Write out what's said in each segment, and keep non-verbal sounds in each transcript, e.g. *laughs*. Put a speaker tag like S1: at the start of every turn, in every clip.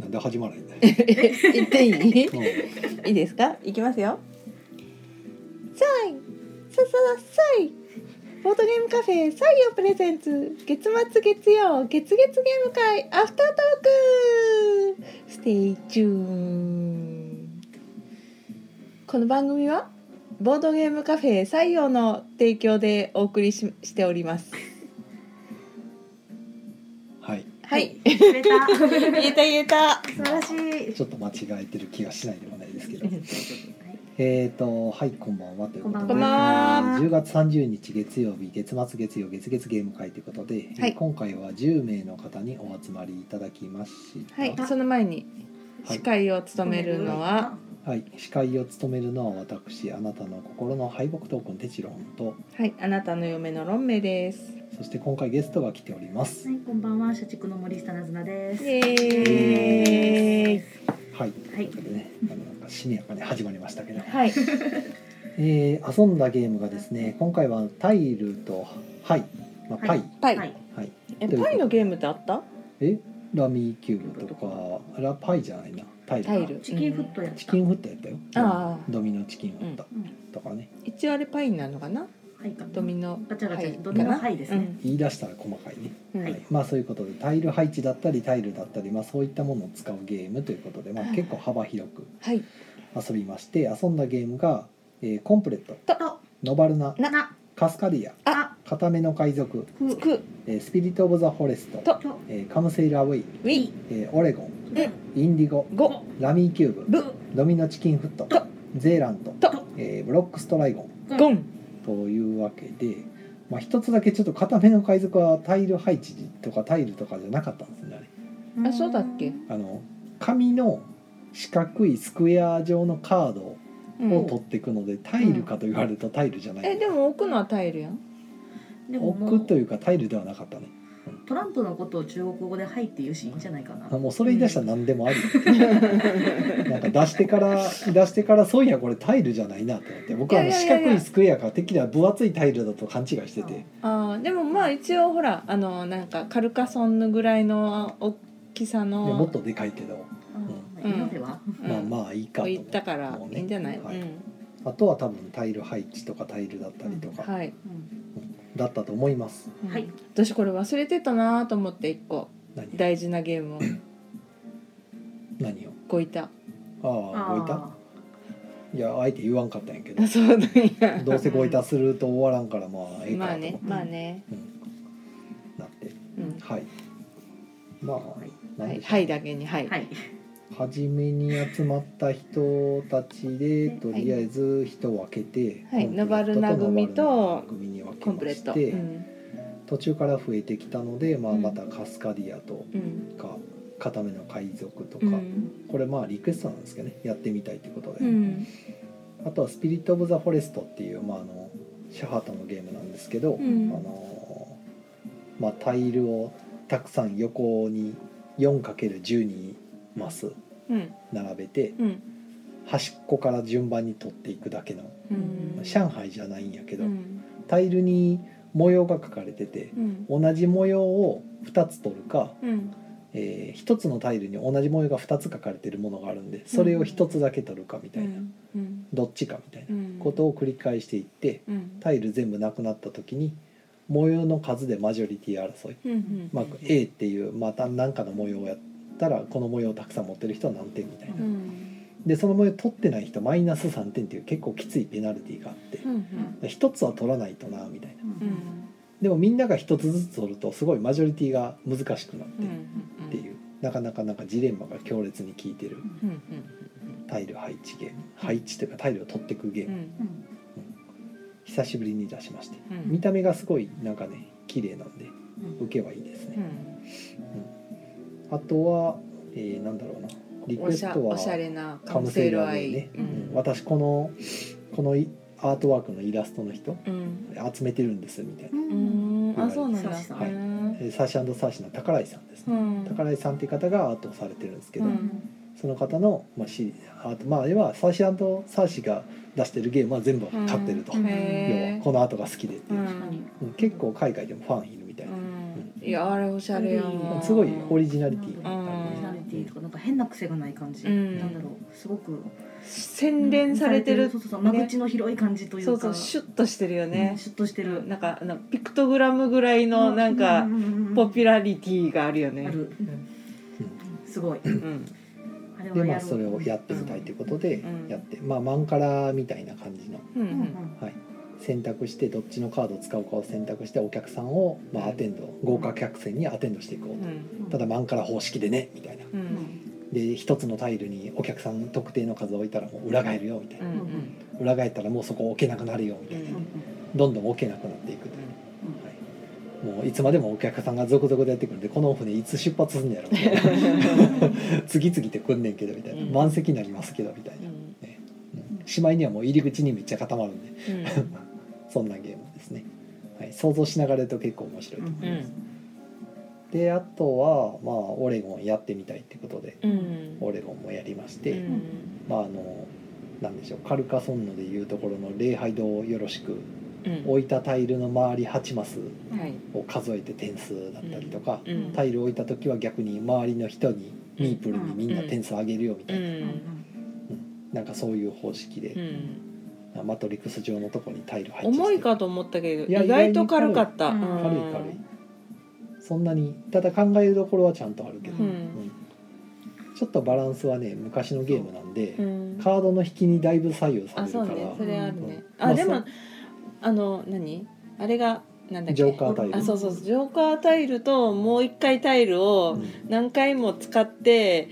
S1: なんで始まらへんね
S2: *laughs* 言っていい
S1: うん
S2: いいですかいきますよサイささサイボードゲームカフェサイをプレゼンツ月末月曜月月ゲーム会アフタートークステイチューンこの番組はボードゲームカフェ採用の提供でお送りししております
S1: はい
S2: はい
S3: 触れ *laughs* た素
S2: 言えた言えた
S3: 晴らしい
S1: ちょっと間違えてる気がしないでもないですけどえーとはいこんばんはということで
S2: こんばん
S3: は
S1: 10月30日月曜日月末月曜月月ゲーム会ということで、えー
S2: はい
S1: 今回は10名の方にお集まりいただきました
S2: はいその前に司会を務めるのは
S1: はい、司会を務めるのは私あなたの心の敗北トークンテチロンと
S2: はい、あなたの嫁のロンメイです。
S1: そして今回ゲストが来ております
S3: はいこんばんは社畜の森下なずなです
S2: イエーイ。
S1: はい
S3: は
S1: とい
S3: い
S1: うことでねあのなんかしなやかに始まりましたけど、
S2: はい、
S1: えー遊んだゲームがですね今回はタイルとハイ、まあ、パイ、
S2: パ
S3: は
S2: イ。
S3: い
S1: はい、
S2: え、パイのゲームってあった？
S1: えラミーキューブとかラパイじゃないなタイルか
S2: タイル
S3: チキンフットやった
S1: チキンフットやったよ
S2: ああ
S1: ドミノチキンフット
S3: うん
S1: とかね、
S2: 一応あれパイなのかな？
S3: はいかな
S2: ドミノ。
S3: ガチャガチャ
S2: ハイ
S3: ドミノ
S2: かな
S3: ハイですね
S1: 言い出したら細かいね、
S2: うん
S3: は
S1: はいいまあそういうことでタイル配置だったりタイルだったり、まあ、そういったものを使うゲームということで、まあ、
S2: はい
S1: 結構幅広く
S2: はい。
S1: 遊びまして遊んだゲームが、えーコンプレット
S3: と
S1: ノバルナ
S2: な
S3: な
S1: カスカディア
S3: あ
S1: 片目の海賊、
S3: ふ
S2: つく
S1: えースピリット・オブ・ザ・フォレスト
S2: と、
S3: と
S1: えーカム・セイラー・ウェイ、
S2: ウィ
S1: えーオレゴン
S3: で
S1: インディゴ
S2: ゴ
S1: ラミーキューブ
S2: ブ
S1: ドミノチキンフット
S2: と
S1: ゼーラント
S2: と
S1: えーブロックストライゴン
S2: ゴン。
S1: というわけで、まあ、一つだけちょっと片目の海賊はタイル配置とかタイルとかじゃなかったんですねあれ
S2: あそうだっけ
S1: あの紙の四角いスクエア状のカード
S2: う
S1: を
S2: ん
S1: 取っていくので、タイルかと言われるとタイルじゃない、
S2: え、でも置くのはタイルやん。
S3: でもも
S1: 置
S3: う
S1: くというかタイルではなかったね
S3: トランプのことを中国語でハイっていうシーンじゃないかな
S1: あもうそれ言い出したら何でもあり、
S2: *laughs*
S1: なんか出してから出してからそういやこれタイルじゃないなと思って僕はあの
S2: いやい
S1: 四
S2: やいや
S1: 角いスクエアか的には分厚いタイルだと勘違いしてて、
S2: ああ、でもまあ一応ほらあのなんかカルカソンヌぐらいの大きさの。
S1: でもっとでかいけど、
S3: うん
S2: うん
S3: 今では
S2: うん
S1: まあまあいいかと思
S2: 置
S1: っ
S2: い
S1: て
S2: たからいいんじゃない？
S1: はい
S2: うん。
S1: あとは多分タイル配置とかタイルだったりとか
S2: はい。
S3: うん
S1: だったと思います、
S2: うん
S3: はい。
S2: 私これ忘れてたなと思って一個
S1: 何
S2: 大事なゲームを。
S1: 何を
S2: ごいた。
S1: ああごいたいやあえて言わんかったんやけど
S2: あそうなんや。
S1: どうせごいたすると終わらんからまあええ
S2: ま
S1: か
S2: あ
S1: と思っ
S2: ね
S1: て、
S2: まあね。
S1: なって
S2: うん。
S1: はいまあ
S3: い
S1: なん
S2: は
S1: で
S2: い、
S1: しょう
S2: はいだけに、はい。
S3: ーはい
S1: 初めに集まった人たちでとりあえず人を分けて、
S2: はい
S1: コンプレット
S2: ノバルナ組と
S1: ノバルナ組に分け
S2: コン
S1: ま
S2: プレ
S1: し
S2: ット。
S1: て、
S2: うん。
S1: 途中から増えてきたので、まあ、
S2: うん
S1: またカスカディアと
S2: うん。
S1: か片目の海賊とか、
S2: うん。
S1: これまあリクエストなんですけどねやってみたいということで、
S2: うん。
S1: あとは「スピリット・オブ・ザ・フォレスト」っていう、まあ、あのシャハタのゲームなんですけど、
S2: うん
S1: あのまあ、タイルをたくさん横に 4×10 にマス
S2: うん。
S1: 並べて
S2: うん。
S1: 端っこから順番に取っていくだけの
S2: うん。
S1: 上海じゃないんやけど、
S2: うん。
S1: タイルに模様が描かれてて
S2: うん。
S1: 同じ模様を2つ取るか、
S2: うん。
S1: え1つのタイルに同じ模様が2つ描かれてるものがあるんでそれを1つだけ取るかみたいな、
S2: うん。
S1: どっちかみたいな
S2: うん。
S1: ことを繰り返していって
S2: うん。
S1: タイル全部なくなった時に模様の数でマジョリティ争い、
S2: うん。うん。
S1: まあ、A っていうまた何かの模様をやったらこの模様をたくさん持ってる人は何点みたいな
S2: う。ん。
S1: でその模様取ってない人マイナス3点っていう結構きついペナルティがあって
S2: うん。うん。
S1: 一つは取らないとなみたいな
S2: う
S3: うん
S2: ん。
S1: でもみんなが一つずつ取るとすごいマジョリティが難しくなってっていう、なかなかなんかジレンマが強烈に効いてる
S2: うん。うん。
S1: タイル配置ゲーム配置というかタイルを取っていくゲー
S2: う
S1: ム、
S2: ん。
S3: うん
S1: 久しぶりに出しまして
S2: うん。
S1: 見た目がすごいなんかね綺麗なんで
S3: うん
S1: 受けはいいです
S2: う
S1: ね、
S2: ん。
S1: あとは、えー、なんだろうなリ
S2: お
S1: クエ
S2: し
S1: ス
S2: ゃ、
S1: トは
S2: おしゃれな
S1: カ
S2: カ
S1: ム
S2: ム
S1: セ
S2: セ
S1: イ
S2: イ
S1: ラ
S2: ロ
S1: ー
S2: ア
S1: で
S2: イ
S1: ね。、
S2: う
S1: うん
S2: ん。
S1: 私このこのいアートワークのイラストの人
S2: うん。
S1: 集めてるんですみたいな、
S2: うん。あ、そうなんだ。
S3: はい
S2: うん。
S1: えーサーシャサーシの宝井さんです
S2: う
S1: ね、
S2: ん。
S1: 宝井さんっていう方がアートをされてるんですけど、
S2: う
S3: うんん
S1: その方の、まあ、シアートまあ要はサーシャサーシが出してるゲームは全部買ってると、
S2: うん
S1: 要
S2: へ
S1: はこのアートが好きでっていう、
S3: 確かに
S1: うん結構海外でもファンいるみたいな、
S2: ーうん。いや、あれおしゃれやわ。
S1: すごいオリジナルティー
S3: うん
S1: な感じ
S3: オリジナリティとかなんか変な癖がない感じ、
S2: うん
S3: なんだろうすごく
S2: 洗練されてる
S3: そうそうそう間口の広い感じというか
S2: そうそうシュッとしてるよ
S3: うん
S2: ね、
S3: シュッとしてる
S2: なんかあのピクトグラムぐらいのなん
S3: う
S2: か
S3: んうんうんうん
S2: ポピュラリティがあるよね
S3: ある
S2: うん
S3: すごい
S2: うん
S3: あれ
S1: で
S3: は
S1: ま
S3: や
S1: あ
S3: ろう
S1: それをやってみたいということで
S2: うん
S1: やって、まあマンカラみたいな感じの、
S2: うんう
S3: うんん
S1: はい、選択してどっちのカードを使うかを選択してお客さんを、まあ、アテンド豪華客船にアテンドしていこう
S2: う
S1: と、
S2: ん
S1: ただマンカラ方式でねみたいな
S2: う
S3: うん
S2: ん
S1: で一つのタイルにお客さん特定の数を置いたらもう裏返るよみたい
S2: うんう
S1: な、
S3: ん
S2: ん
S1: 裏返ったらもうそこ置けなくなるよみたいな、
S3: うんうん
S1: どんどん置けなくなっていくという
S3: うん
S1: はい、もういつまでもお客さんが続々とやってくるんでこの船いつ出発すんのやろみたいな次々と来んねんけどみたいな、
S2: うん
S1: 満席になりますけどみたいな、うんしまいにはもう入り口にめっちゃ固まるんでそんなゲームですね、はい、想像しながらやると結構面白いと、
S3: うん
S2: うん
S1: であとはまあオレゴンやってみたいってことで
S2: うん
S1: オレゴンもやりまし
S2: う
S1: て、
S2: ん
S1: まああのなんでしょうカルカソンヌでいうところの礼拝堂をよろしく
S2: うん
S1: 置いたタイルの周り8マス
S2: はい
S1: を数えて点数だったりとか、
S2: うん
S1: タイルを置いた時は逆に周りの人にミープルにみんな点数上げるよみた
S2: う
S1: いな、
S3: うん
S1: なんかそういう方式
S2: う
S1: で、
S2: ん
S1: マトリックス上のとこにタイル配置して
S2: 重いかと思ったけど
S1: いや
S2: 意外と軽かった
S3: 意外に
S1: 軽い軽いそんなにただ考えるところはちゃんとあるけど、
S2: う
S1: うんんちょっとバランスはね昔のゲームなんで、
S2: うん
S1: カードの引きにだいぶ左右さ
S2: あ
S1: れる
S2: そ
S1: か
S2: う
S1: ら、
S2: ねそれあるね
S1: うんま
S2: あ
S1: あ
S2: で
S1: そ
S2: も
S1: う
S2: あの何あれがなんだっけ
S1: ジョーカータイル
S2: あそうそうジョーカータイルともう一回タイル
S1: う
S2: を
S1: ん
S2: 何回も使って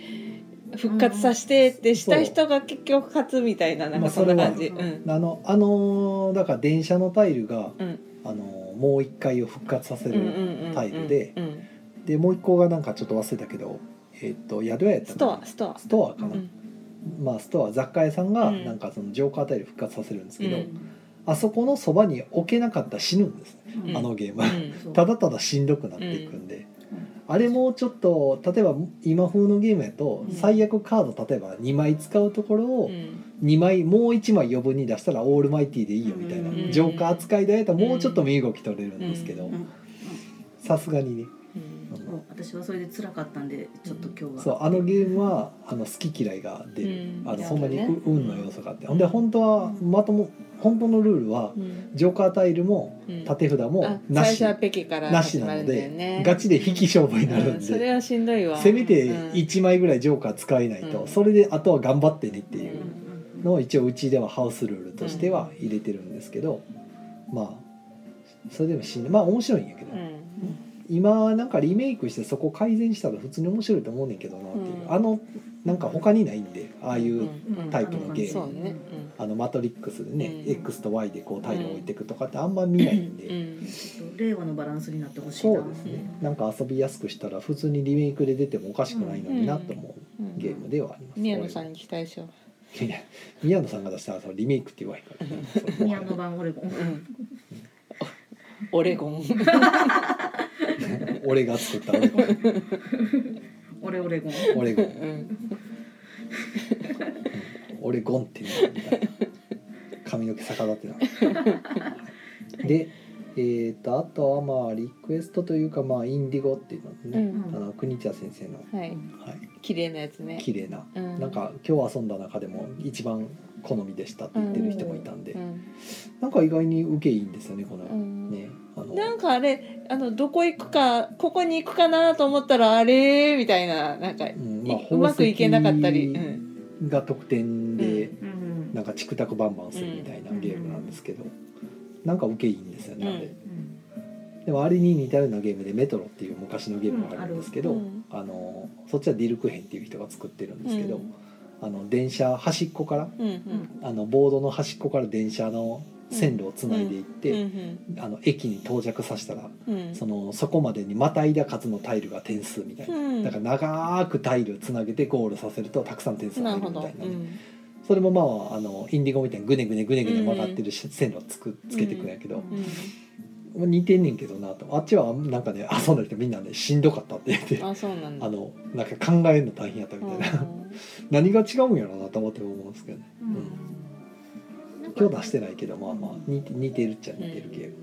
S2: 復活させてってした人が結局勝つみたいななん
S1: ま
S2: か
S1: あ
S2: そんな感じ、
S3: それは
S2: うん
S1: あのあのーだから電車のタイルが、
S2: うん
S1: あのーもう一回を復活させ
S2: うん
S1: る、
S2: うんうんうん
S1: タイルで
S2: うん
S1: でもう一個がなんかちょっと忘れたけどえっ、と宿屋やった
S2: ス
S1: か
S2: ト
S1: な
S2: アストア
S1: ストアかな、
S2: うん
S1: まあストア雑貨屋さんが
S2: うん
S1: なんかそのジョーカータイル復活させるんですけど、
S2: う
S1: あそこのそばに置けなかったら死ぬんです、
S2: うん
S1: あのゲーム
S2: う
S1: は、
S2: ん
S3: そう
S1: ただただしんどくなっていくんで、
S3: うん
S1: あれもうちょっと例えば今風のゲームやと
S3: うん
S1: 最悪カード例えば2枚使うところを
S2: うん
S1: 2枚もう1枚余分に出したらオールマイティでいいよみたいな、
S3: うん
S1: ジョーカー扱いでやったらもうちょっと身動き取れるんですけど
S3: うんうん
S1: さすがにね、
S2: うん
S3: もう私はそれで辛かったんでちょっと今日は
S1: そうあのゲームはあの好き嫌いが出る、
S2: うん
S1: あのそんなに
S2: なる
S1: う
S2: ほ
S1: 運の要素があって、ほんで本当はまとも本当のルールは
S2: うん
S1: ジョーカータイルも
S2: うん
S1: 縦札も
S2: あ
S1: な
S2: 最
S1: し、
S2: 初はペケから
S1: なし
S2: 始
S1: な
S2: まる
S1: の
S2: んだ
S1: で
S2: よね
S1: ガチで引き勝負になる
S2: うんん
S1: で、
S2: それはしんどいわ
S1: せめて
S2: うん
S1: 1枚ぐらいジョーカー使えないと、
S2: うん
S1: それであとは頑張ってねってい
S3: うんう
S1: うん
S3: うん
S1: のを一応うちではハウスルールとしては入れてるんですけど、まあそれでもしんどいまあ面白いんやけど、
S2: うん
S1: 今なんかリメイクしてそこ改善したら普通に面白いと思うねんけどなっていう、
S2: うん
S1: あのなんか他にないんでああいう、
S2: うんうん
S1: タイプのゲーム
S2: そうね
S1: あのマトリックスでね、
S2: うん
S1: X と Y でこうタイルを置いていくとかってあんま見ないんで、
S2: うんうん
S3: ちょっと令和のバランスになってほしいな
S1: そうですねなんか遊びやすくしたら普通にリメイクで出てもおかしくないのになと思
S2: う
S1: うゲー
S2: ん
S1: ムではあります、
S2: 宮野さんに期待しよう
S1: いやいや宮野さんが出したらそのリメイクって言わへんからね、
S2: *laughs*
S1: それも
S3: 宮野版オレゴン
S2: オレゴン。
S1: 俺が作った俺
S2: *laughs*
S1: が
S3: オレオレゴン
S1: 俺が
S2: *laughs* うん
S1: 俺ゴンって言うのみたいな髪の毛逆立ってな
S2: *laughs*
S1: でえー、とあとはまあリクエストというかまあインディゴっていうの
S2: う
S1: ね、
S2: ん
S1: あの国茶先生の、
S2: は
S1: は
S2: い。
S1: い、
S2: 綺麗なやつね。
S1: 綺麗な、
S2: うん
S1: なんか今日遊んだ中でも一番好みでしたって言ってる人もいたんで、
S2: うん
S1: なんか意外に受けいいんですよねこの、
S2: うん
S1: ねあの
S2: なんかあれあのどこ行くかここに行くかなと思ったらあれみたいななんか
S1: うん
S2: うまくいけなかったり
S1: 宝石が得点で、
S2: うん
S3: うん
S1: なんかチクタクバンバンするみたいなゲームなんですけど、なんか受けいいんですよね、あれ
S3: うん
S1: でもあれに似たようなゲームで「メトロ」っていう昔のゲームがあるんですけど、
S2: うん
S1: あのそっちはディルクヘンっていう人が作ってるんですけど、
S2: うん
S1: あの電車端っこから
S2: うんう
S3: うん
S1: あのボードの端っこから電車の線路をつないでいって、
S2: うん
S1: あの駅に到着させたら
S2: うん
S1: そのそこまでにまたいだ数のタイルが点数みたいな。
S2: うん
S1: だから長くタイルつなげてゴールさせるとたくさん点数
S2: な
S1: が
S2: る
S1: 出る
S2: ほ
S1: みたい
S2: ど
S1: なね、それもまああのインディゴみたいにぐねぐねぐねぐね曲がってるし線路つくつけていくんやけど、
S2: うん
S1: 似てんねんけどなとあっちはなんかね遊んだ人みんなねしんどかったって言って
S2: うん
S1: あ
S2: あそうなんだ。
S1: のなんか考えるの大変やったみたいな、 *laughs* 何が違うんやろなと思って思うんですけどね
S3: うん
S1: 今日出してないけどまあまあ似て似てるっちゃ似てるゲーム、
S3: うん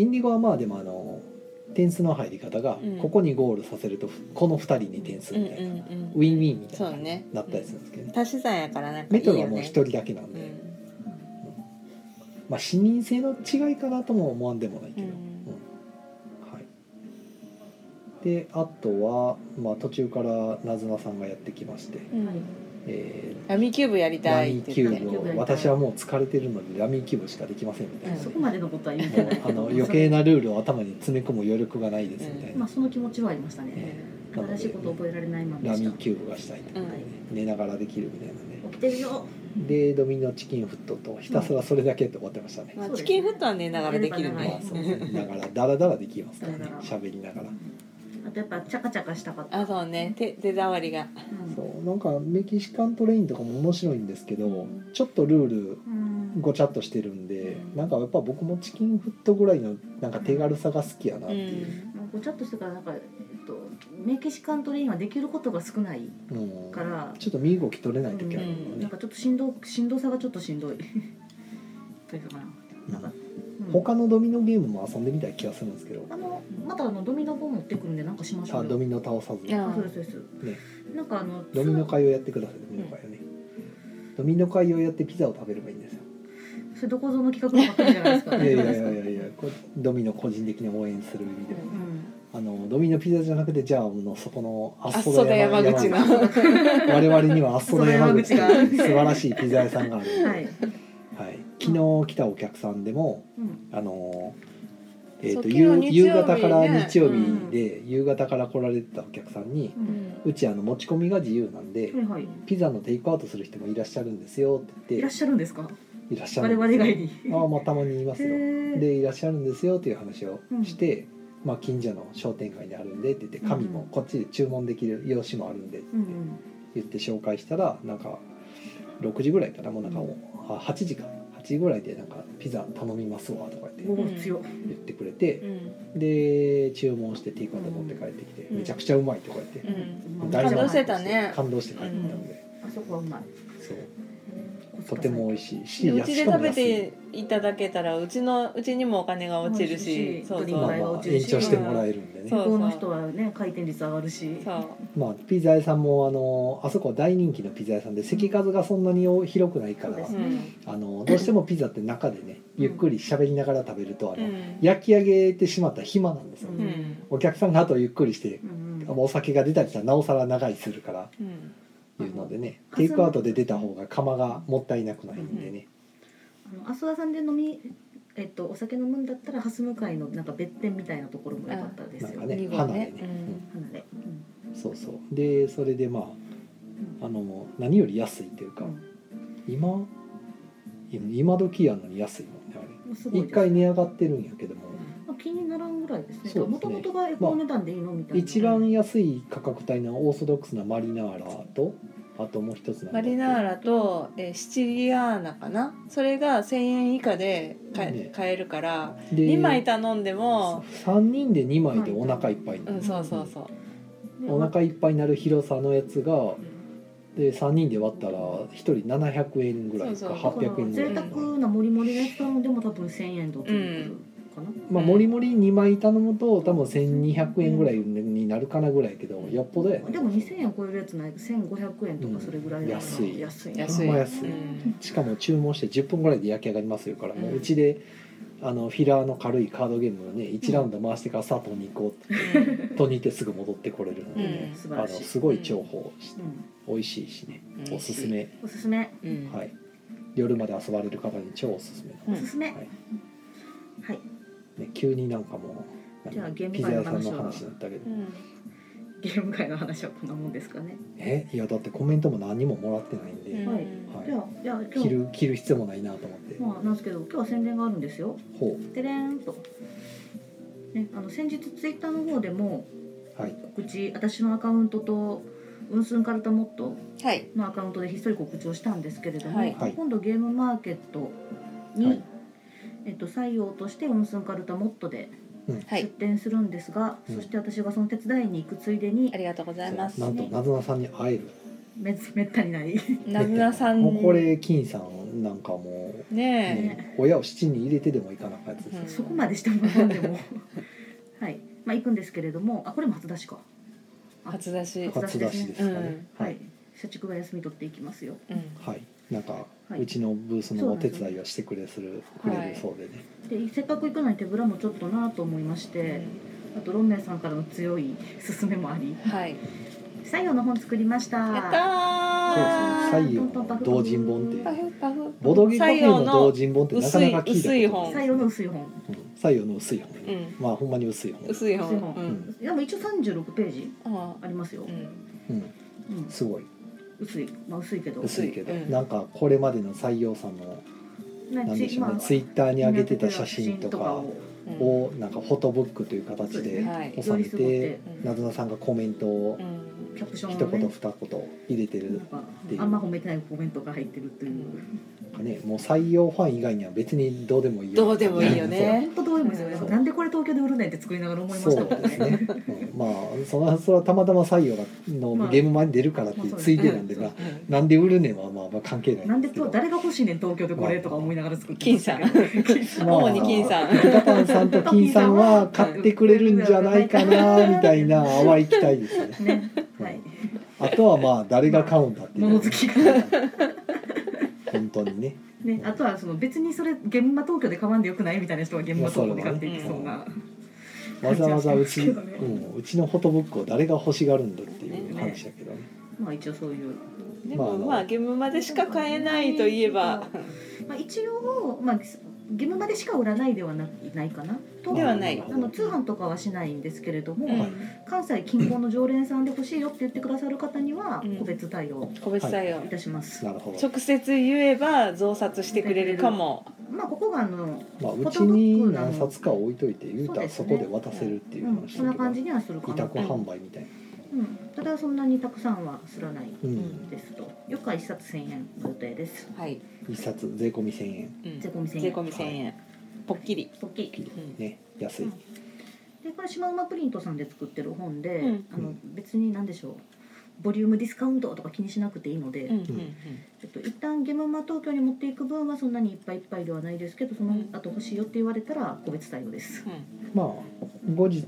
S1: インディゴはまあでもあの点数の入り方が、
S2: うん
S1: ここにゴールさせるとこの2人に点数
S2: うんう
S1: み
S2: ん
S1: たいな、
S2: うん
S1: ウィンウィンみたいな
S2: そうね
S1: なったりするんですけどね、
S2: 足し算やからなんか
S1: メ
S2: いいよ
S1: ト
S2: ね
S1: ロはもう1人だけなん
S2: う
S1: で、
S2: ん
S1: まあ視認性の違いかなとも思わんでもないけど、
S2: うん
S1: はい、であとは、まあ、途中からなずなさんがやってきまして、
S2: うん
S1: えー
S2: ラミキューブやり
S1: ラ
S2: たい
S1: ミ
S2: って
S1: ーキ
S2: 言
S1: ュ
S2: って
S1: ーブを私はもう疲れてるのにラミーキューブしかできませんみたいな、
S2: うん
S3: そこまでのことは言って
S1: もう
S3: ない
S1: *laughs*
S3: け
S1: あ
S2: *laughs*
S1: の
S3: ど
S1: 余計なルールを頭に詰め込む余力がないですみたいな、
S3: まあその気持ちはありましたね
S1: えーなので
S3: 新しいことを覚えられないまま
S1: ラ
S3: でし
S1: ミ
S3: た
S1: ーキューブがしたいとかね、寝ながらできるみたいなね
S3: 起きてるよ
S1: でドミノチキンフットとひたすらそれだけって終わってましたね、
S2: まあ、チキンフットは寝ながらできる
S1: まあ
S2: ね
S1: そうですねだからダラダラできますから
S3: ダ
S1: ね
S3: ラダラ
S1: 喋りながら
S3: あとやっぱチャカチャカしたかった
S2: あそうね手手触りが
S3: うん
S1: そうなんかメキシカントレインとかも面白いんですけどちょっとルール
S3: うん
S1: ごちゃっとしてるんでなんかやっぱ僕もチキンフットぐらいのなんか手軽さが好きやなっ
S2: う
S1: ていう、
S2: ん
S3: ごちゃっとしてからなんか、えっと、メキシカントレインはできることが少ない
S1: うん
S3: から、
S1: ちょっと身動き取れない時あ
S3: う
S1: るもん
S3: ん、な
S1: ね
S3: ん、かちょっとしんどしんどさがちょっとしんどい *laughs* というかな、なんかうん
S1: 他のドミノゲームも遊んでみたい気がするんですけど
S3: あのまたあのドミノ本持ってくるんでなんかしまし
S1: さ
S3: ょ
S1: あ
S3: う
S1: ド
S3: よ
S1: ミノ倒さず
S2: いや
S3: あそうですそうです、
S1: ね
S3: なんかあの
S1: ドミノ
S3: そ
S1: 会をやってくださいドミノ会をね、ドミノ会をやってピザを食べればいいんですよ
S3: それどこぞの企画のばっかりじゃないです
S1: *laughs*
S3: か
S1: いやいやいや
S3: 大丈夫
S1: い
S3: です
S1: や
S3: か
S1: いやこれドミノ個人的に応援する意味でも、
S3: う
S1: あのドミノピザじゃなくてじゃあもうそこのあ
S2: あそだ山口の
S1: 我々にはあそこの山口が
S2: あっその
S1: 素晴らしいピザ屋さんがある
S3: ん、はい、
S1: はい、昨日来たお客さんでも
S3: うん、
S1: あのえー、
S2: そ
S1: と
S2: う
S1: 夕
S2: 昨日
S1: 夕方から
S2: 日曜日ね
S1: 日曜日で、夕方から来られてたお客さんに
S3: う
S2: う
S1: 「
S2: ん
S1: うちあの持ち込みが自由なんで
S3: はいはい
S1: ピザのテイクアウトする人もいらっしゃるんですよ」って
S3: い
S1: 言
S3: ら
S1: っ
S3: ってしゃるんですか
S1: 「いらっしゃ
S3: 我
S1: るん
S3: 々
S1: です
S3: 以外
S1: よ
S3: に
S1: ああまあたまにいますよ」
S3: で
S1: で「いらっしゃるんですよ」っていう話をして、まあ、近所の商店街にあるんでって言って
S3: うん
S1: 紙もこっちで注文できる用紙もあるんでって
S3: うんうん
S1: 言って紹介したらなんか6時ぐらいかなもうなんか
S3: うん
S1: あ8時か8時ぐらいでなんかピザ頼みますわとか言っ
S3: お
S1: て
S3: お強っ
S1: 言ってくれて
S2: うん
S1: で注文してテイクアウト持って帰ってきて
S2: うん
S1: めちゃくちゃうまいとか言って
S2: うん
S3: うん
S1: 大丈夫
S2: 感動してたね
S1: 感動して帰ってきたんで
S3: あそこはうまい
S1: そうとても美味しいし
S2: でうちで
S1: 安く
S2: 食
S1: も
S2: べ
S1: 安い
S2: ていただけたらうちのうちにもお金が落ちるし
S3: 落ちるし
S2: そう
S3: ドリ
S2: そ
S1: まあ
S3: ン
S2: う
S3: ク代
S1: ま
S3: は
S1: あ
S3: 落ちる
S1: 延
S3: し
S1: 長してもらえるんで
S2: そ
S1: ね
S2: う
S3: 向こうの人はね回転率上がるし
S2: そ
S1: まあピザ屋さんもあのあそこは大人気のピザ屋さんで席数がそんなに広くないから
S3: そ
S2: う
S3: うで
S2: う
S3: すね
S2: ん
S1: あのどうしてもピザって中でねゆっくり喋りながら食べるとあ
S2: う
S1: の
S2: ん
S1: 焼き上げてしまったら暇なんですよ、
S2: う
S1: ね
S2: ん
S1: お客さんがあとゆっくりして
S3: うんうん
S1: お酒が出たりしたらなおさら長いするから
S2: うん
S1: いうのでね
S3: うん
S1: テイクアウトで出た方が釜がもったいなくないんでね、
S3: あの阿蘇田さんで飲みえっとお酒飲むんだったら蓮向かいのなんか別店みたいなところも良かったで
S1: なん
S3: すよ
S1: かね
S2: 二号ね
S1: 花でね、
S2: うん
S3: 離れうん
S1: うんそうそうでそれでまああの何より安いというか、今今時やのに安いもんねあれ
S3: うんすごい
S1: 一
S3: です
S1: 回値上がってるんやけども
S3: まあ気にならんぐらいで
S1: そ
S3: すね
S1: うですね
S3: もともとがこの値段でいいのみたいな
S1: 一番安い価格帯のオーソドックスなマリナーラとあともう一つなんだ
S2: マ
S1: っけ
S2: リナーラと、えーシチリアーナかなそれが1,000円以下で買え,、
S1: ね
S2: 買えるから
S1: で
S2: 2枚頼んでも、
S1: 3人で2枚でお腹いっぱいにな
S2: う
S1: る、
S2: ん、そうそうそう
S3: ね
S1: お腹いっぱいになる広さのやつが
S3: うん
S1: で3人で割ったら1人700円ぐらいか
S2: そうそう
S1: 800円ぐらい
S3: 贅
S1: か
S3: 沢なモリモリのやつ頼んでも多分1000円とかかな
S1: まあもりもり2枚頼むと多分1200円ぐらいになるかなぐらいやけどよっぽどやね
S3: でも2000円超えるやつない1500円とかそれぐらいだ
S1: う
S3: から
S1: ん安い
S3: 安いな
S2: 安い,、
S1: ほんま安い
S2: うん
S1: しかも注文して10分ぐらいで焼き上がりますよから
S2: うん
S1: もううちであのフィラーの軽いカードゲームをね1ラウンド回してからさあとに行こうとに行ってすぐ戻ってこれるのでね
S2: うん
S1: あ
S3: 素晴
S1: の
S3: らしい
S1: すごい重宝し
S3: うん
S1: 美味しいしね
S2: うん
S1: おすすめ
S3: おすすめ
S2: うん
S1: はい夜まで遊ばれる方に超おすすめ
S2: うん
S3: おすすめ
S1: はい
S3: はい
S1: ね、急になんかもう
S3: じゃあ
S1: なんか
S3: ゲーム
S1: ピザ
S3: 会
S1: 屋
S3: の
S1: さん
S3: 話
S1: の
S3: は
S1: 話だったけど、
S2: うん
S3: ゲーム会の話はこんなもんですかね
S1: えいやだってコメントも何ももらってないんで、
S3: はい
S1: はい
S3: じゃあじゃあ今
S1: 着
S3: 日
S1: る着る必要もないなと思って、
S3: まあなんですけど今日は宣伝があるんですよ
S1: ほ
S3: てれーんと、ね、あの先日ツイッターの方でも
S1: うはい
S3: 告知私のアカウントとうんすんかるたもっと
S2: はい
S3: のアカウントでひっそり告知をしたんですけれども、
S2: はい
S1: はい
S3: 今度ゲームマーケットに、
S1: はい
S3: えっと、採用としてうんすんかるたもっとで
S2: は
S3: 出
S2: い
S3: 展するんですが、
S1: うん
S3: そして私がその手伝いに行くついでに
S2: ありがとうございます
S1: なんとなずなさんに会える
S3: めめったにない
S2: なずなさん
S1: もうこれ金さんなんかもう、
S2: ね
S1: ね親を七に入れてでもいかなかったやつですよ、
S2: うん
S3: そこまでしてもらわんでもはい、まあまあ、行くんですけれどもあこれも初出しかあ
S2: 初出し、
S3: 初
S1: 初
S3: 出
S1: 出
S3: し
S1: し
S3: で
S1: ですす
S2: ね
S1: かね、
S3: は
S1: はい
S3: い社畜が休み取っていきますよ
S2: うん、
S1: はいなんか、
S3: はいう
S1: ちのブースのお手伝いをしてくれする、く
S2: は
S1: れ
S2: い
S1: るそうでね、
S3: でせっかく行くのに手ぶらもちょっとなと思いましてあとロンメイさんからの強い *laughs* 勧めもあり
S2: はい
S3: 採用の本作りました
S2: やったー
S1: そうですね採用の同人本っていう
S2: パフパフ
S1: ボドゲカフェの同人本ってなかなか聞いたこと
S2: 薄い薄い
S1: な
S2: 本
S1: い
S3: 採用の薄い本
S1: うん採用の薄い本、
S2: うん
S1: まあほんまに薄い本、
S2: 薄い本
S3: 薄い本
S2: うん
S3: でも一応36ページ
S2: あ
S3: ありますよ、
S2: ーうん
S1: うん、
S3: うん
S1: すごい
S3: 薄いまあ薄いけど
S1: 薄いけど、
S2: うん
S1: なんかこれまでの採用さんの
S3: な
S1: なんでしょうね、
S3: まあ
S1: ツイッターに上げてた写真とか
S3: を
S2: うん
S1: をなんかフォトブックという形で
S2: はい
S1: 収め
S3: 寄り添って
S1: て
S2: うん
S1: なずなさんがコメントを
S2: うん
S3: キャプション
S1: 一
S3: を
S1: 言
S3: ね
S1: 二言入れて
S3: なん
S1: る
S3: か
S1: ていう
S3: あんま褒めてないコメントが入ってるという
S1: かねもう採用ファン以外には別にどうでもいいよ
S2: どうでもいいよね
S3: 本当どうでもいいですよ
S1: そう
S3: ねなんでこれ東京で売るねんって作りながら思いま
S1: そ
S3: した
S1: う
S3: もん
S1: です
S3: ね
S1: ね、うんまあそのそれはたまたま採用が
S3: まあ
S1: のゲーム前に出るからっていうついでなんで、
S3: ま
S1: ま
S3: あ
S1: あ、なんで売るねんはまあまあ関係ない
S3: なん
S1: ん
S3: で
S1: ですけど
S3: と誰が欲しいねん東京でこれとか思いながら作って
S2: 金
S3: まし
S2: さ
S3: た
S2: ん
S3: けど
S1: まあ
S2: 主に金さん
S1: ピカパンさんと金さんは買ってくれるんじゃないかなみたいな淡い期待ですよね
S3: ねはい
S1: あとはまあ誰が買うんだっていう
S3: 物好きが
S1: 本当にね
S3: ねあとはその別にそれ現場東京で買わんでよくないみたいな人は現場東京で買っていきそうな
S1: わざわざうち、
S3: 感じはしますけど
S1: う
S3: ね
S1: ん、うちのフォトブックを誰が欲しがるんだっていう話だけどね
S3: まあ一応そういう
S2: でもまあゲームまでしか買えないといえば
S3: まあ一応まあゲームまでしか売らないではなないかなと
S2: ではない
S1: ま
S3: あの通販とかはしないんですけれども、
S2: うん
S3: 関西近郊の常連さんで欲しいよって言ってくださる方には
S2: うん
S3: 個別対応
S2: 個別採用
S3: いたします、
S1: なるほど、
S2: 直接言えば増刷してくれるかも
S3: まあここがあの、
S1: まあ、うちに何冊か置いといて言うたらそ
S3: そ
S1: う
S3: で
S1: こ
S3: すね
S1: で渡せるっていう
S3: うん、
S1: 話
S3: そん
S1: だ
S3: な
S1: けど、
S3: 感じにはするか
S1: 委
S3: な
S1: 託、販売みたいな、
S3: うん、ただそんなにたくさんはすらない
S1: うん、
S3: ですとよくは1冊1000円の予定です
S2: はい
S1: 一冊税込み1000円
S2: うん
S3: 税
S2: 税
S3: 込み1000円
S2: 込み1000円ポッキリ
S3: ポッキリ
S2: うん
S1: ね安い、
S3: うんでこれ島馬プリントさんで作ってる本で、
S2: うん
S3: あの
S1: うん
S3: 別に何でしょうボリュームディスカウントとか気にしなくていいので、
S2: うんうん
S3: えっと、一旦ゲームマ東京に持っていく分はそんなにいっぱいいっぱいではないですけどその後欲しいよって言われたら個別対応です
S2: う、ん
S1: まあ後日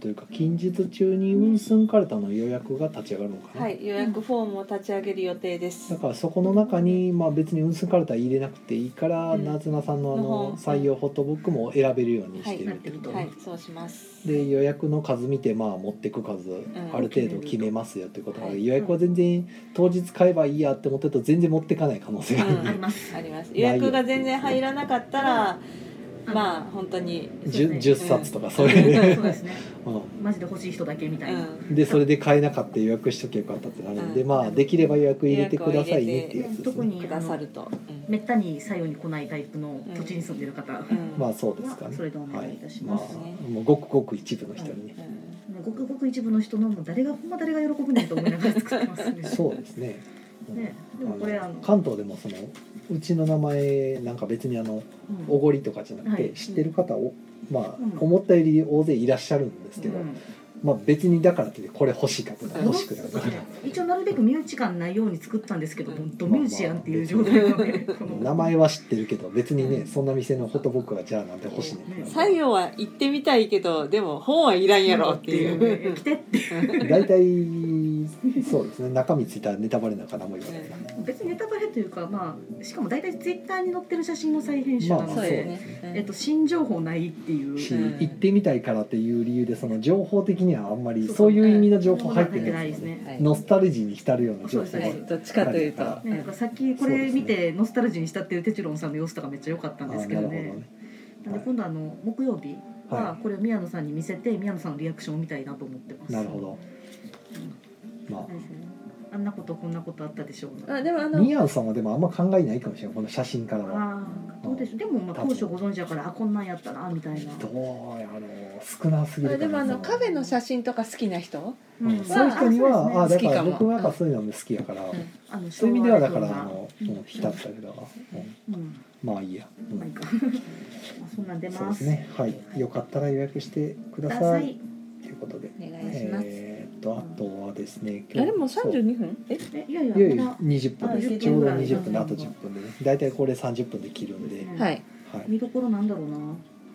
S1: というか近日中に運寸かれたの予約が立ち上がるのかな、
S2: はい予約フォームを立ち上げる予定です
S1: だからそこの中に、まあ、別に運寸かれたら入れなくていいから、
S2: うん
S1: なずなさんのあ
S2: の方
S1: の採用フォトブックも選べるようにして
S2: は
S1: る
S3: い
S1: ってこと、
S2: はいそうします
S1: で予約の数見てまあ持ってく数ある程度決めますよってことなので、予約は全然当日買えばいいやって思ってると全然持ってかない可能性がある、
S2: う
S3: あり
S2: ん
S3: ます
S2: あります予約が全然入らなかったらまあ本当に
S3: うん
S1: 十 10,
S3: *laughs*
S1: 10冊とかそういう
S3: そう
S1: ね、
S3: ですね
S1: う
S3: マジで欲しい人だけみたいな、
S2: うん
S1: ん、でそれで買えなかった予約しとけばよかったってなるんで、
S2: うん
S1: まあできれば予約入れてくださいねっていうやつです
S3: 特
S1: ね
S3: に
S2: くださるとうん
S3: めったに左右に来ないタイプの土地に住んでる方、
S2: うん
S1: まあそうですかね
S3: それでお願いいたします
S1: はいまあ、もうごくごく一部の人にね、
S2: う
S3: ごくごく一部の人のもう誰がほんま誰が喜ぶねんと思いながら作ってますね
S1: そうですね,うん、
S3: ねでもこれあの
S1: 関東でもそのうちの名前なんか別にあの
S3: うん
S1: おごりとかじゃなくて、
S3: はい
S1: 知ってる方を、まあ
S3: うん
S1: 思ったより大勢いらっしゃるんですけど、
S3: うん
S1: まあ、別にだからってこれ欲しいかとか
S2: うん
S1: 欲しくないとか、
S3: 一応なるべく身内感ないように作ったんですけど、
S2: うん
S3: 本当ミュージアンっていう状態なので、この
S1: 名前は知ってるけど別にね、
S2: うん
S1: そんな店のホット僕はじゃあなんて欲しいね
S3: うん
S2: ん作業は行ってみたいけどでも本はいらんやろっていう
S3: 来てって
S1: 大体そうですね中身ついたらネタバレなんか何も言わないな、
S3: 別にネタバレというかまあしかも大体ツイッターに載ってる写真の再編集なので、
S1: まあそう
S2: よ
S3: えっと、新情報ないっていう
S1: し、
S2: うん
S1: 行ってみたいからっていう理由でその情報的にはあんまりそういう意味の情報入って
S3: 入ってな
S1: ないいで
S3: で
S1: すすよね
S3: ね。
S2: はい
S1: ノスタルジーに浸るような情報
S3: そう
S1: が
S3: で
S2: は
S3: す
S2: いどっちかというと
S1: は
S3: ね、なんかさっきこれ見てノスタルジーにしたっていうテチロンさんの様子とかめっちゃ良かった
S1: あ
S3: ん
S1: な
S3: で
S1: る
S3: す
S1: ほ
S3: けど
S1: ど
S3: ね
S1: ね
S3: なんで今度あの木曜日は
S1: は
S3: これを宮野さんに見せて宮野さんのリアクションを見たいなと思ってます
S1: いなるほど
S3: うん
S1: まあ
S3: あんなことこんなことあったでしょう
S2: あでもあの
S1: ミヤンさんはでもあんま考えないかもしれないこの写真からは
S3: ああどうでしょうでもまあ当初ご存知だからあこんなんやったなみたいな、
S1: どうやろう少なすぎるかな
S2: でもあの
S1: そ
S2: カフェの写真とか好きな人
S1: うんそううい
S2: ん
S1: う人には、あ
S3: あそうです
S1: だから
S2: 好き
S3: ね
S2: かも
S1: 僕もやっぱそういうのも好きやから、
S2: ん
S3: あの
S1: そういう意味ではだからあの、
S3: うん
S1: うん、浸ったけど、うん
S3: うん
S1: まあいいや、うん
S3: まあいいかまあそんなん出
S1: そう
S3: ま
S1: ですすねはい
S3: はい
S1: よかったら予約してく
S3: く
S1: だ
S3: だ
S1: さ
S3: さ
S1: い
S3: い
S1: ということで
S2: お願いします
S1: えーっとあとはですね
S2: あでも
S1: そう
S2: 32分え
S3: えいやいや
S1: いよい
S3: ま
S1: よ
S3: だ
S1: 20分で
S3: あ
S1: すちょうど
S3: 20
S1: 20分であ
S3: 分
S1: と10分でね大体これ30分で切るんで、
S3: うん
S2: はい
S1: はい、
S3: 見どころなんだろうな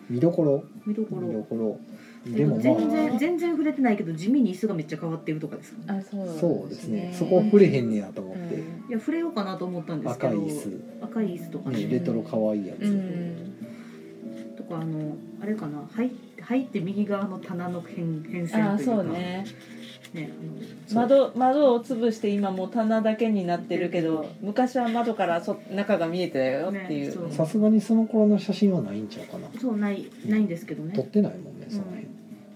S1: 見どころ
S3: 見どこ
S1: 見ど
S3: ろ
S1: ころでも
S3: 全然
S1: ま
S3: 全然触れてないけど地味に椅子がめっちゃ変わってるとかですか、ね、
S4: あそうなん
S1: あそうですねそこ触れへんねやと思って、
S4: うん
S3: いや触れようかなと思ったんですけ
S1: 赤
S3: ど
S1: い椅子
S3: 赤い椅子とか
S1: ね、レトロ可愛いや
S4: う
S1: つ、
S4: ん
S3: とかあのあれかな入って入って右側の棚の変変
S2: あ
S3: 遷
S2: あ
S3: という
S2: そ
S3: か
S2: うね
S3: ね
S1: そう
S2: 窓窓を潰して今もう棚だけになってるけど昔は窓からそ中が見えてたよってい,、
S3: ねそうう
S1: さすがにその頃の写真はないんちゃうかな
S3: あのそうないないんですけど
S1: 撮っ
S3: ね、
S1: てないもんねその辺、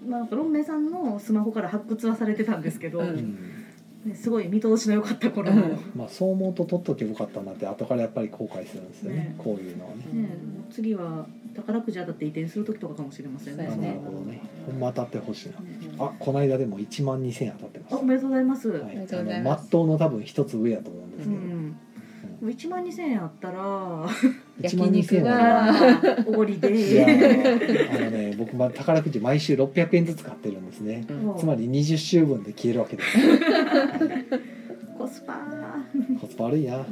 S3: まあ、なんかロンメイさんのスマホから発掘はされてたんですけど、
S2: うん
S1: うん
S3: ねすごい見通しの良かった頃の、
S2: うん
S3: ね
S1: まあそう思うと撮っとけばよかったなって後からやっぱり後悔するんですよね
S3: ね
S1: こういうのはね、
S3: もう次は宝くじ当たって移転する時とかかもしれません
S2: そう
S1: あ
S2: や
S1: な
S2: ね
S1: るほどねほんま当たってほしいな
S3: ね
S1: あこの間でも1万2000当たってま
S3: あ
S1: す
S3: おめでとうございます、
S1: は
S4: りがとうござ
S1: あ
S4: い
S1: の
S4: ま
S1: ますっとうの多分一つ上やと思うんです
S3: う
S1: けど、
S3: んもう1万2000円あったら
S1: 1万2000
S4: あ
S1: は
S4: 焼
S3: おごり
S1: いや
S3: で
S1: ーあのね僕まだ宝くじ毎週600円ずつ買ってるんですね
S3: もう
S1: つまり20週分で消えるわけですよ
S3: コスパー
S1: コスパ悪いな、
S3: うん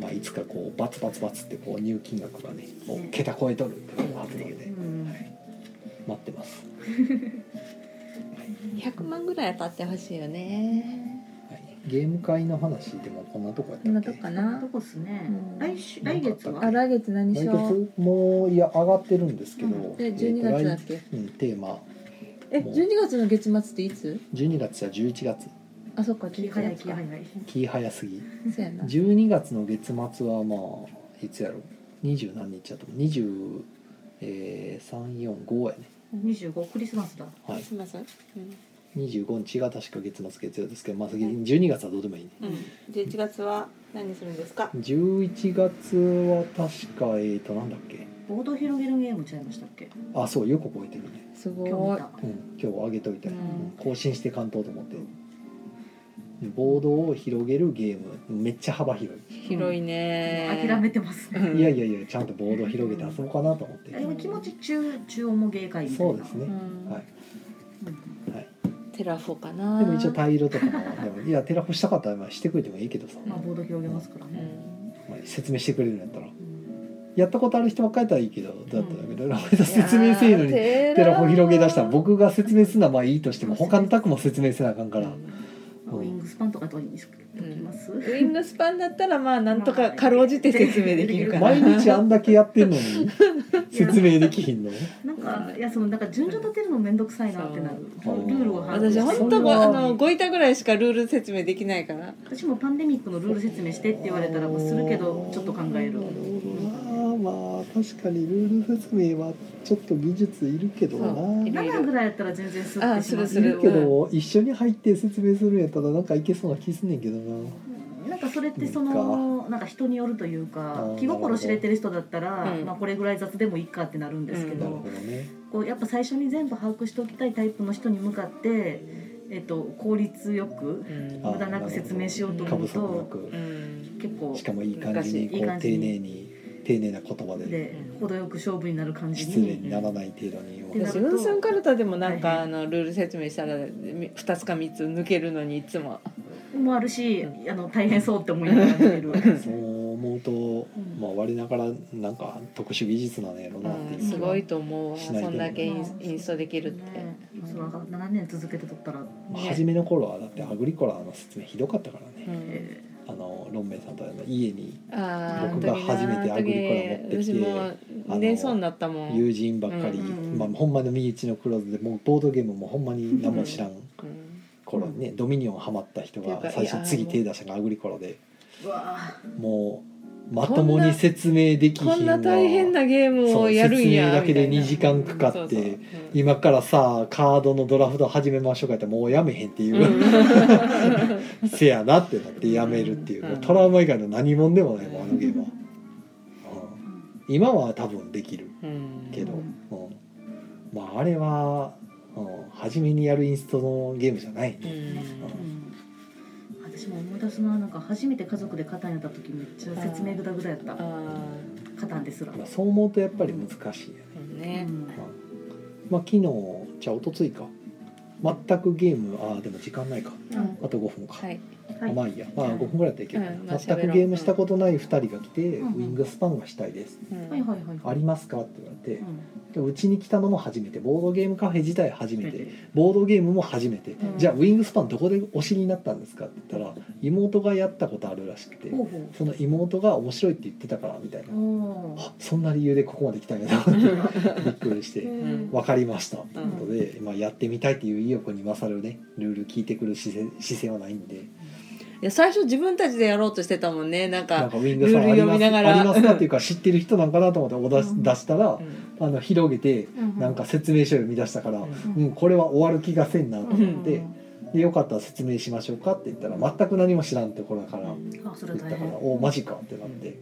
S1: まあ、いつかこうバツバツバツってこう入金額がねもう桁超えとるってこうなってるんで
S3: うん
S1: 待ってます、
S4: 100万ぐらい当たってほしいよね
S1: はい、ゲーム会の話でもこんなとこや
S4: こん
S1: っ
S4: なと
S1: たっ
S4: こ
S1: け
S4: か
S3: そんな
S4: な
S3: とこっすね
S4: うん
S3: 来週来月
S1: な
S4: あ
S3: は
S1: んか
S4: 来月何し
S1: 毎
S4: よう
S1: 月もういや上がってるんですけど、
S3: うん
S4: え12月だっけ
S1: えーと来うん、テーマ
S4: え12月の月末っていつ
S1: 12月や11月
S4: あそっか
S3: 気
S4: 月
S3: 早
S4: 末
S3: い気早い
S1: 気早すぎ
S4: そうやな
S1: 12月の月末はまあいつやろう20何日やと思う2 3 4 5やね
S3: 25クリスマスだ
S1: はい
S4: すいません
S1: 25日が確か月末月曜ですけど、まあ、12月はどうでもいいね
S2: うん、11月は何するんですか
S1: 11月は確かえっ、となんだっけ
S3: ボード広げるゲームちゃいましたっけ
S1: あそうよく覚えてるね、
S4: す
S3: 今日
S4: ご
S3: 見
S4: い
S3: た
S1: うん、今日あげといた、
S2: うん
S1: うん更新して関東と思ってボードを広げるゲームめっちゃ幅広い、
S2: 広いね
S3: 諦めてますね
S1: いやいやいやちゃんとボードを広げて遊ぼうかなと思って、
S3: でも気持ち中中音芸会みたい
S1: そ
S3: な
S1: うですね
S4: う、ん
S1: はい
S3: うん
S1: はい、
S4: テラフォかな
S1: でも一応タイルとかもでもいやテラフォしたかったらまあしてくれてもいいけどさ、
S3: まあボード広げますから
S2: う
S3: ね
S2: ん
S1: まあ説明してくれるんやったら
S3: うん
S1: やったことある人ばっかりやったらいいけどだったらだけど、ラフェさん
S4: いやー
S1: 説明せえのに
S4: テ
S1: テラフォ広げ出したら僕が説明するのはまあいいとしても他のタクも説明せなあかんから、
S3: まあウィングスパンとかどうにしときます
S2: ウィングスパンだったらまあなんとかかろうじて説明できるか
S1: 毎
S2: ら
S1: 日あんだけやってんのに説明できひんの
S3: なんかいやそのなんか順序立てるの面倒くさいなってなるル
S1: そう
S3: ールを把握し
S2: 私
S3: て
S2: 本当あの5板ぐらいしかルール説明できないから
S3: 私もパンデミックのルール説明してって言われたらもうするけどちょっと考え
S1: な
S3: る
S1: るほどなまあ確かにルール説明はちょっと技術いるけど
S2: そうい
S1: な
S2: る
S3: 7ぐらいやったら全然すってしま
S2: あ
S3: う
S2: するする
S1: いるけど一緒に入って説明するんやったらなんかいけそうな気すんねんけどな
S3: なんかそれってそのなんか人によるという
S1: あ
S3: か
S1: ー
S3: 気心知れてる人だったら、
S2: うん
S3: まあ、これぐらい雑でもいいかってなるんですけ
S2: うん
S1: な
S3: ど、
S1: るほどね
S3: こうやっぱ最初に全部把握しておきたいタイプの人に向かって、えっと、効率よく
S2: うん
S1: あ
S3: 無駄なく説明しようと
S1: か
S3: 思
S1: ぶ
S3: う
S1: さな
S3: と
S1: く
S2: うん
S3: 結構
S1: しかもいい感じにこう
S3: いい感じ
S1: 丁
S3: に
S1: 寧に丁寧な言葉で
S3: で程よく勝負になる感じ
S1: 失礼
S3: に
S1: にならない程度に
S3: うん
S2: 私ウンスンカルタでもなん
S3: はい
S2: か
S3: は
S2: あのルール説明したら2つか3つ抜けるのにいつも
S3: もあるし、あの大変そうって思いながら見てる。うん
S1: そう思うと、まあ、我ながらなんか特殊技術なんやろうなっていう
S2: す
S1: 気が
S2: ごいと思うわ
S1: しないと
S2: そんだけインインストできるって
S3: ねそうなんか7年続けて撮ったら、
S1: まあ初めの頃はだってアグリコラの説明ひどかったからね、
S2: うん
S3: え
S1: あのロンメイさんとあの家に
S2: あー
S1: 僕が初めてアグリコラ持ってきて
S2: あの時私
S1: あ
S2: も
S1: の
S2: 寝そうになったもん
S1: 友人ばっかり、
S3: うん
S1: まあ、ほんまの身内のクローズでもうボードゲームもほんまに何も知らん
S2: うん
S1: 頃にね、ドミニオンハマった人
S2: っていう
S1: が
S2: か
S1: 最
S2: いや
S1: 初次手出したのがアグリコラで
S3: ーうわー
S1: もうまともに説明できひん
S2: こ
S1: わ
S2: んな大変なゲームをやるんや
S1: そう説明だけで
S2: みたいな
S1: 2時間かかって
S2: そうそううん
S1: 今からさカードのドラフト始めましょうかってもうやめへんっていう、せやなってなってやめるっていう,、
S2: うん
S1: もうトラウマ以外の何もんでもないもんあのゲームは、うん今は多分できる
S2: うん
S1: けど、
S3: う
S1: うんまああれは、うん、初めにやるインストのゲームじゃないね、
S2: うん
S3: うん私も思い出すななんか初めて家族でカタンやった時めっちゃ説明グダグダやった
S2: あ
S3: カタンですら、
S1: まあ、そう思うとやっぱり難しいよね、
S2: ー
S3: う
S2: ね
S3: ん
S1: うんまあ昨日じゃあ一昨日か全くゲームああでも時間ないか
S4: うん
S1: あと5分か、
S4: はい
S3: はい
S1: まあいいやまあ5分ぐらいだったらいける、
S4: うんまあ
S1: 全
S4: 喋ろ
S1: く
S4: う
S1: ゲームしたことない2人が来て、
S3: うん
S1: ウィングスパンがしたいです、
S4: うん
S3: はいはいはい
S1: ありますか?」って言われ
S3: う
S1: て
S3: ん
S1: でうち、に来たのも初めてボードゲームカフェ自体初めて、ボードゲームも初めて、
S3: うん
S1: じゃあウィングスパンどこでお知りになったんですかって言ったら妹がやったことあるらしくて、
S3: ほうほ
S1: その妹が面白いって言ってたからみたいな、
S3: うおー
S1: あそんな理由でここまで来たんやなってびっくりして
S2: ん
S1: 分かりましたということで、まあ、やってみたいっていう意欲に勝るねルール聞いてくる姿勢姿勢はないんで
S4: いや最初自分たちでやろうとしてたもんねなん
S1: な
S4: か
S1: んかウィングさんあ
S4: ルー
S1: り
S4: ル読
S1: ま
S4: み
S1: す
S4: ながら
S1: ありますかっていうか知ってる人なんかなと思ってお出し
S3: うん
S1: 出したら
S2: うん
S1: あの広げて
S3: うう
S1: なんか説明書を読み出したから。
S2: う
S1: うん、これは終わる気がせんなと
S3: うん
S1: 思って、でよかったら説明しましょうかって言ったら全く何も知らんところから
S3: あそれ
S1: 言っ
S3: は
S1: た
S3: 大
S1: から
S3: 変
S1: 「おマジか」ってなって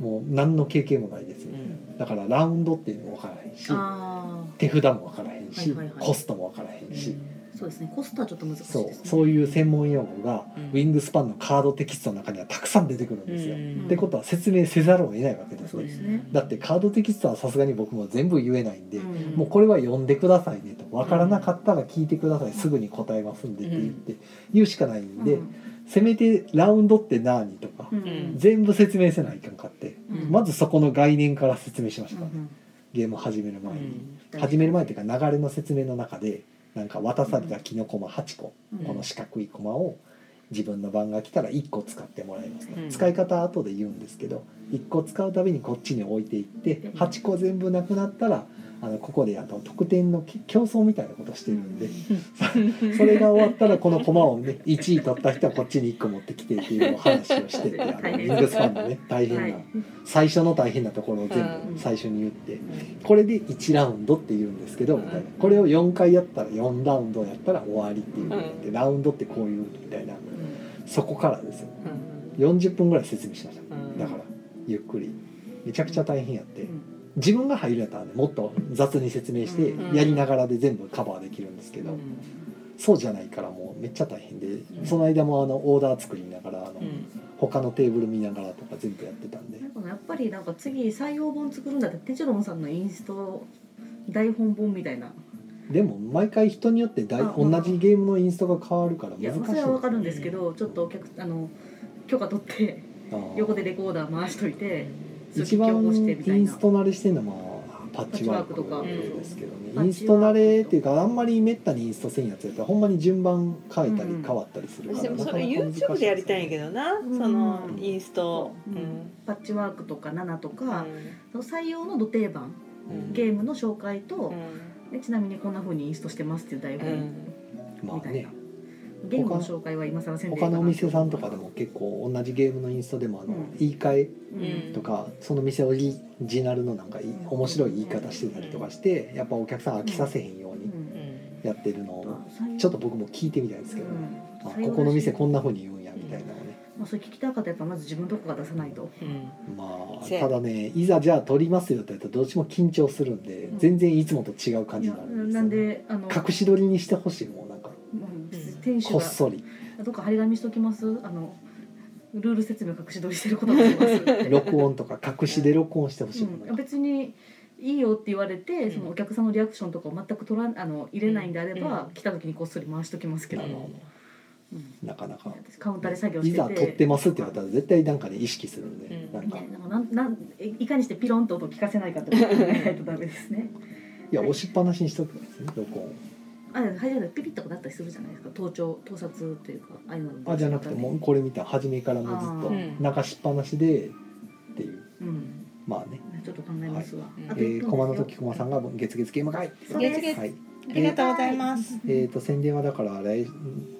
S3: うん
S1: もう何の経験もないです
S2: う
S1: ね
S2: ん
S1: だからラウンドっていうのも分からへんし
S3: あ
S1: 手札も分からへんし、
S3: はいはいはい
S1: コストも分からへんし、
S3: あそうですねコストはちょっと難しいです
S1: そ
S3: ね
S1: うそういう専門用語が
S2: うん
S1: ウィングスパンのカードテキストの中にはたくさん出てくるんですよ。
S2: うん
S1: ってことは説明せざるを得ないわけです
S3: そうで
S1: ね。
S3: すね
S1: だってカードテキストはさすがに僕も全部言えないんで、
S3: ん
S1: もうこれは読んでくださいねと分からなかったら聞いてくださいすぐに答えますんでって言って言うしかないんで、
S3: うん
S1: せめてラウンドって何とか、
S3: うん
S1: 全部説明せないかんかって
S3: うん
S1: まずそこの概念から説明しまし
S3: う
S1: た、
S3: ん
S1: ゲーム始める前
S2: う
S1: に。
S2: ん
S1: 始める前っていうか流れの説明の中でなんか渡されたキノコマ8個、
S3: うん
S1: この四角いコマを自分の番が来たら1個使ってもらいますと、
S2: うん
S1: 使い方は後で言うんですけど1個使うたびにこっちに置いていって
S3: うん
S1: 8個全部なくなったらあのここであの得点のき競争みたいなことしてるんで、それが終わったらこのコマをね1位取った人はこっちに1個持ってきてっていうお話をしててあの
S3: 大変
S1: リングスパンのね大変な、
S3: はい
S1: 最初の大変なところを全部最初に言って。これで1ラウンドって言うんですけど、みたいなこれを4回やったら4ラウンドやったら終わりっていう風に言って、ラウンドってこういうみたいなそこからですよ40分ぐらい説明しましただからゆっくりめちゃくちゃ大変やって、
S3: うん
S1: 自分が入るやったらねもっと雑に説明して、
S2: うん
S1: やりながらで全部カバーできるんですけど、そうじゃないからもうめっちゃ大変で、
S2: ん
S1: その間もあのオーダー作りながらあの、
S2: うん
S1: 他のテーブル見ながらとか全部やってたんで
S3: なんかやっぱりなんか次採用本作るんだったらテチロンさんのインスト台本本みたいな
S1: でも毎回人によって大
S3: あ
S1: 同じゲームのインストが変わるから
S3: いや
S1: 難しい
S3: それはわかるんですけどちょっとお客あの許可取って *laughs*
S1: あー
S3: 横でレコーダー回しといて
S1: 一番インスト慣れしてるのはパッチワーク
S3: パッチ
S2: ー
S3: ワ
S2: クとか
S1: ですけどね、
S3: うん
S1: インスト慣れっていうかあんまりめったにインストせんやつやったらほんまに順番変えたり変わったりするから、
S2: 私もそれ
S1: なかなか難し
S2: YouTube でやりたいんやけどな、
S3: うん
S2: そのインスト、
S3: う
S2: うんん
S3: パッチワークとか7と
S2: う
S3: か、
S2: ん
S3: その採用の土定番
S1: うん
S3: ゲームの紹介と
S2: う、
S3: でちなみにこんな風にインストしてますっていう台本
S2: ん
S1: ま
S3: み
S1: あ
S3: たい
S1: ね
S3: な、ゲームの紹介は今更せんでいいか
S1: 他
S3: な
S1: のお店さんとかでも結構同じゲームのインストでもあの、
S3: うん
S1: 言い換
S3: うん
S1: えとかその店オリジナルのなんかい
S3: うん
S1: 面白い言い方してたりとかしてやっぱお客さん飽きさせへんよう
S3: う
S1: に
S2: うんん
S1: やってるのを
S3: 採用
S1: ちょっと僕も聞いてみたいんですけど、
S3: うん
S1: あ
S3: 採用
S1: ここの店
S3: だし
S1: こんな風に言うんやみたいなのをね、
S3: まあ、それ聞きたかったらやっぱまず自分のとこから出さないと、
S2: うん
S1: まあ
S2: せや
S1: ただねいざじゃあ撮りますよって言ったらどっちも緊張するんで、
S3: うん
S1: 全然いつもと違う感
S3: い
S1: じ
S3: や
S1: になるんです
S3: な
S1: よ、
S3: ん
S1: ね、
S3: であの
S1: 隠し撮りにしてほしいもうなんか
S3: うん店主
S1: こっ
S3: が
S1: そり
S3: どっか張り紙しときますあのルール説明隠し撮りしてることがありますって
S1: 録音とか隠しで録音してほしいもん
S3: う、
S1: なんんか
S3: 別にいいよって言われて、
S2: うん
S3: そのお客さんのリアクションとかを全く取らんあの入れないんであれば、
S2: うん
S3: 来た時にこっそり回しときますけど、
S1: あ
S3: うん
S1: のなかなか
S3: 私カウンターで作業し
S1: い
S3: てて
S1: ざ撮ってますって言われたら絶対なんかね意識するんで、
S2: うん
S1: なんか
S3: ねなんなんいかにしてピロンと音を聞かせないかってことを考えないとダメですね
S1: いや押しっぱなしにしとくんですね録音
S3: あでも入れたらピピッとかなったりするじゃないですか盗聴盗撮というかああいうの
S1: あじゃなくてもうこれ見たら初めからもうず
S2: うん
S1: っと流しっぱなしでっていう
S3: うん
S1: まあね、
S3: ちょっと考えますわ、
S2: はい
S1: え
S3: あと一分です
S1: ー、
S3: よ
S1: 駒の時駒さんが月月ゲーム会
S3: そうです
S4: 月
S1: はい
S4: ありがとうございます
S1: えー、と宣伝はだから来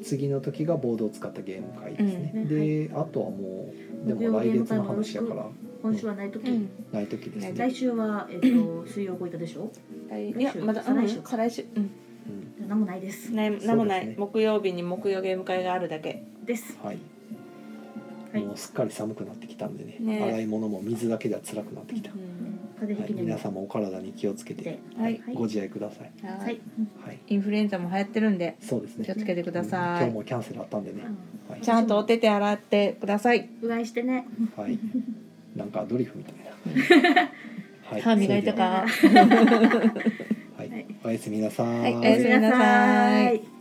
S1: 次の時がボードを使ったゲーム会ですね、
S3: うん
S1: で、あとはもうでも来月の話やから
S3: 今週はない時、
S4: うん
S1: ない時ですね、
S3: 来週は、え
S2: *coughs*
S3: っと水曜超えたでしょ
S4: 来いやまだ
S3: 再来
S4: う
S3: 週
S4: ん再来週うん
S1: うん
S3: 何もないです
S4: ないなんもな
S1: そうで
S4: い
S1: すね
S4: 木曜日に木曜ゲーム会があるだけ
S3: です
S1: はい、
S3: はい
S1: もうすっかり寒くなってきたんでね
S4: ね
S1: 洗い物も水だけでは辛くなってきた、
S4: うん
S3: 風邪
S1: は
S3: ひ
S1: い、
S3: きにも
S1: 皆様お体に気をつけて
S3: で
S4: はい
S3: はい
S1: ご自愛ください、
S3: は
S4: はいい
S1: はい、
S2: インフルエンザも流行ってるんで
S1: そうですね
S2: 気をつけてくだ
S1: うん
S2: さ
S1: 今
S2: い
S1: 日、もキャンセルあったんでね、はい
S2: ちゃんとお手手洗ってください、
S3: うがいしてね
S1: はい、なんかドリフみたいな、はい
S2: 歯磨いたか
S3: *laughs*
S1: それでははい
S3: はい
S1: おやすみなさー
S2: はい
S1: い
S2: おやすみなさい
S3: おやすみなさい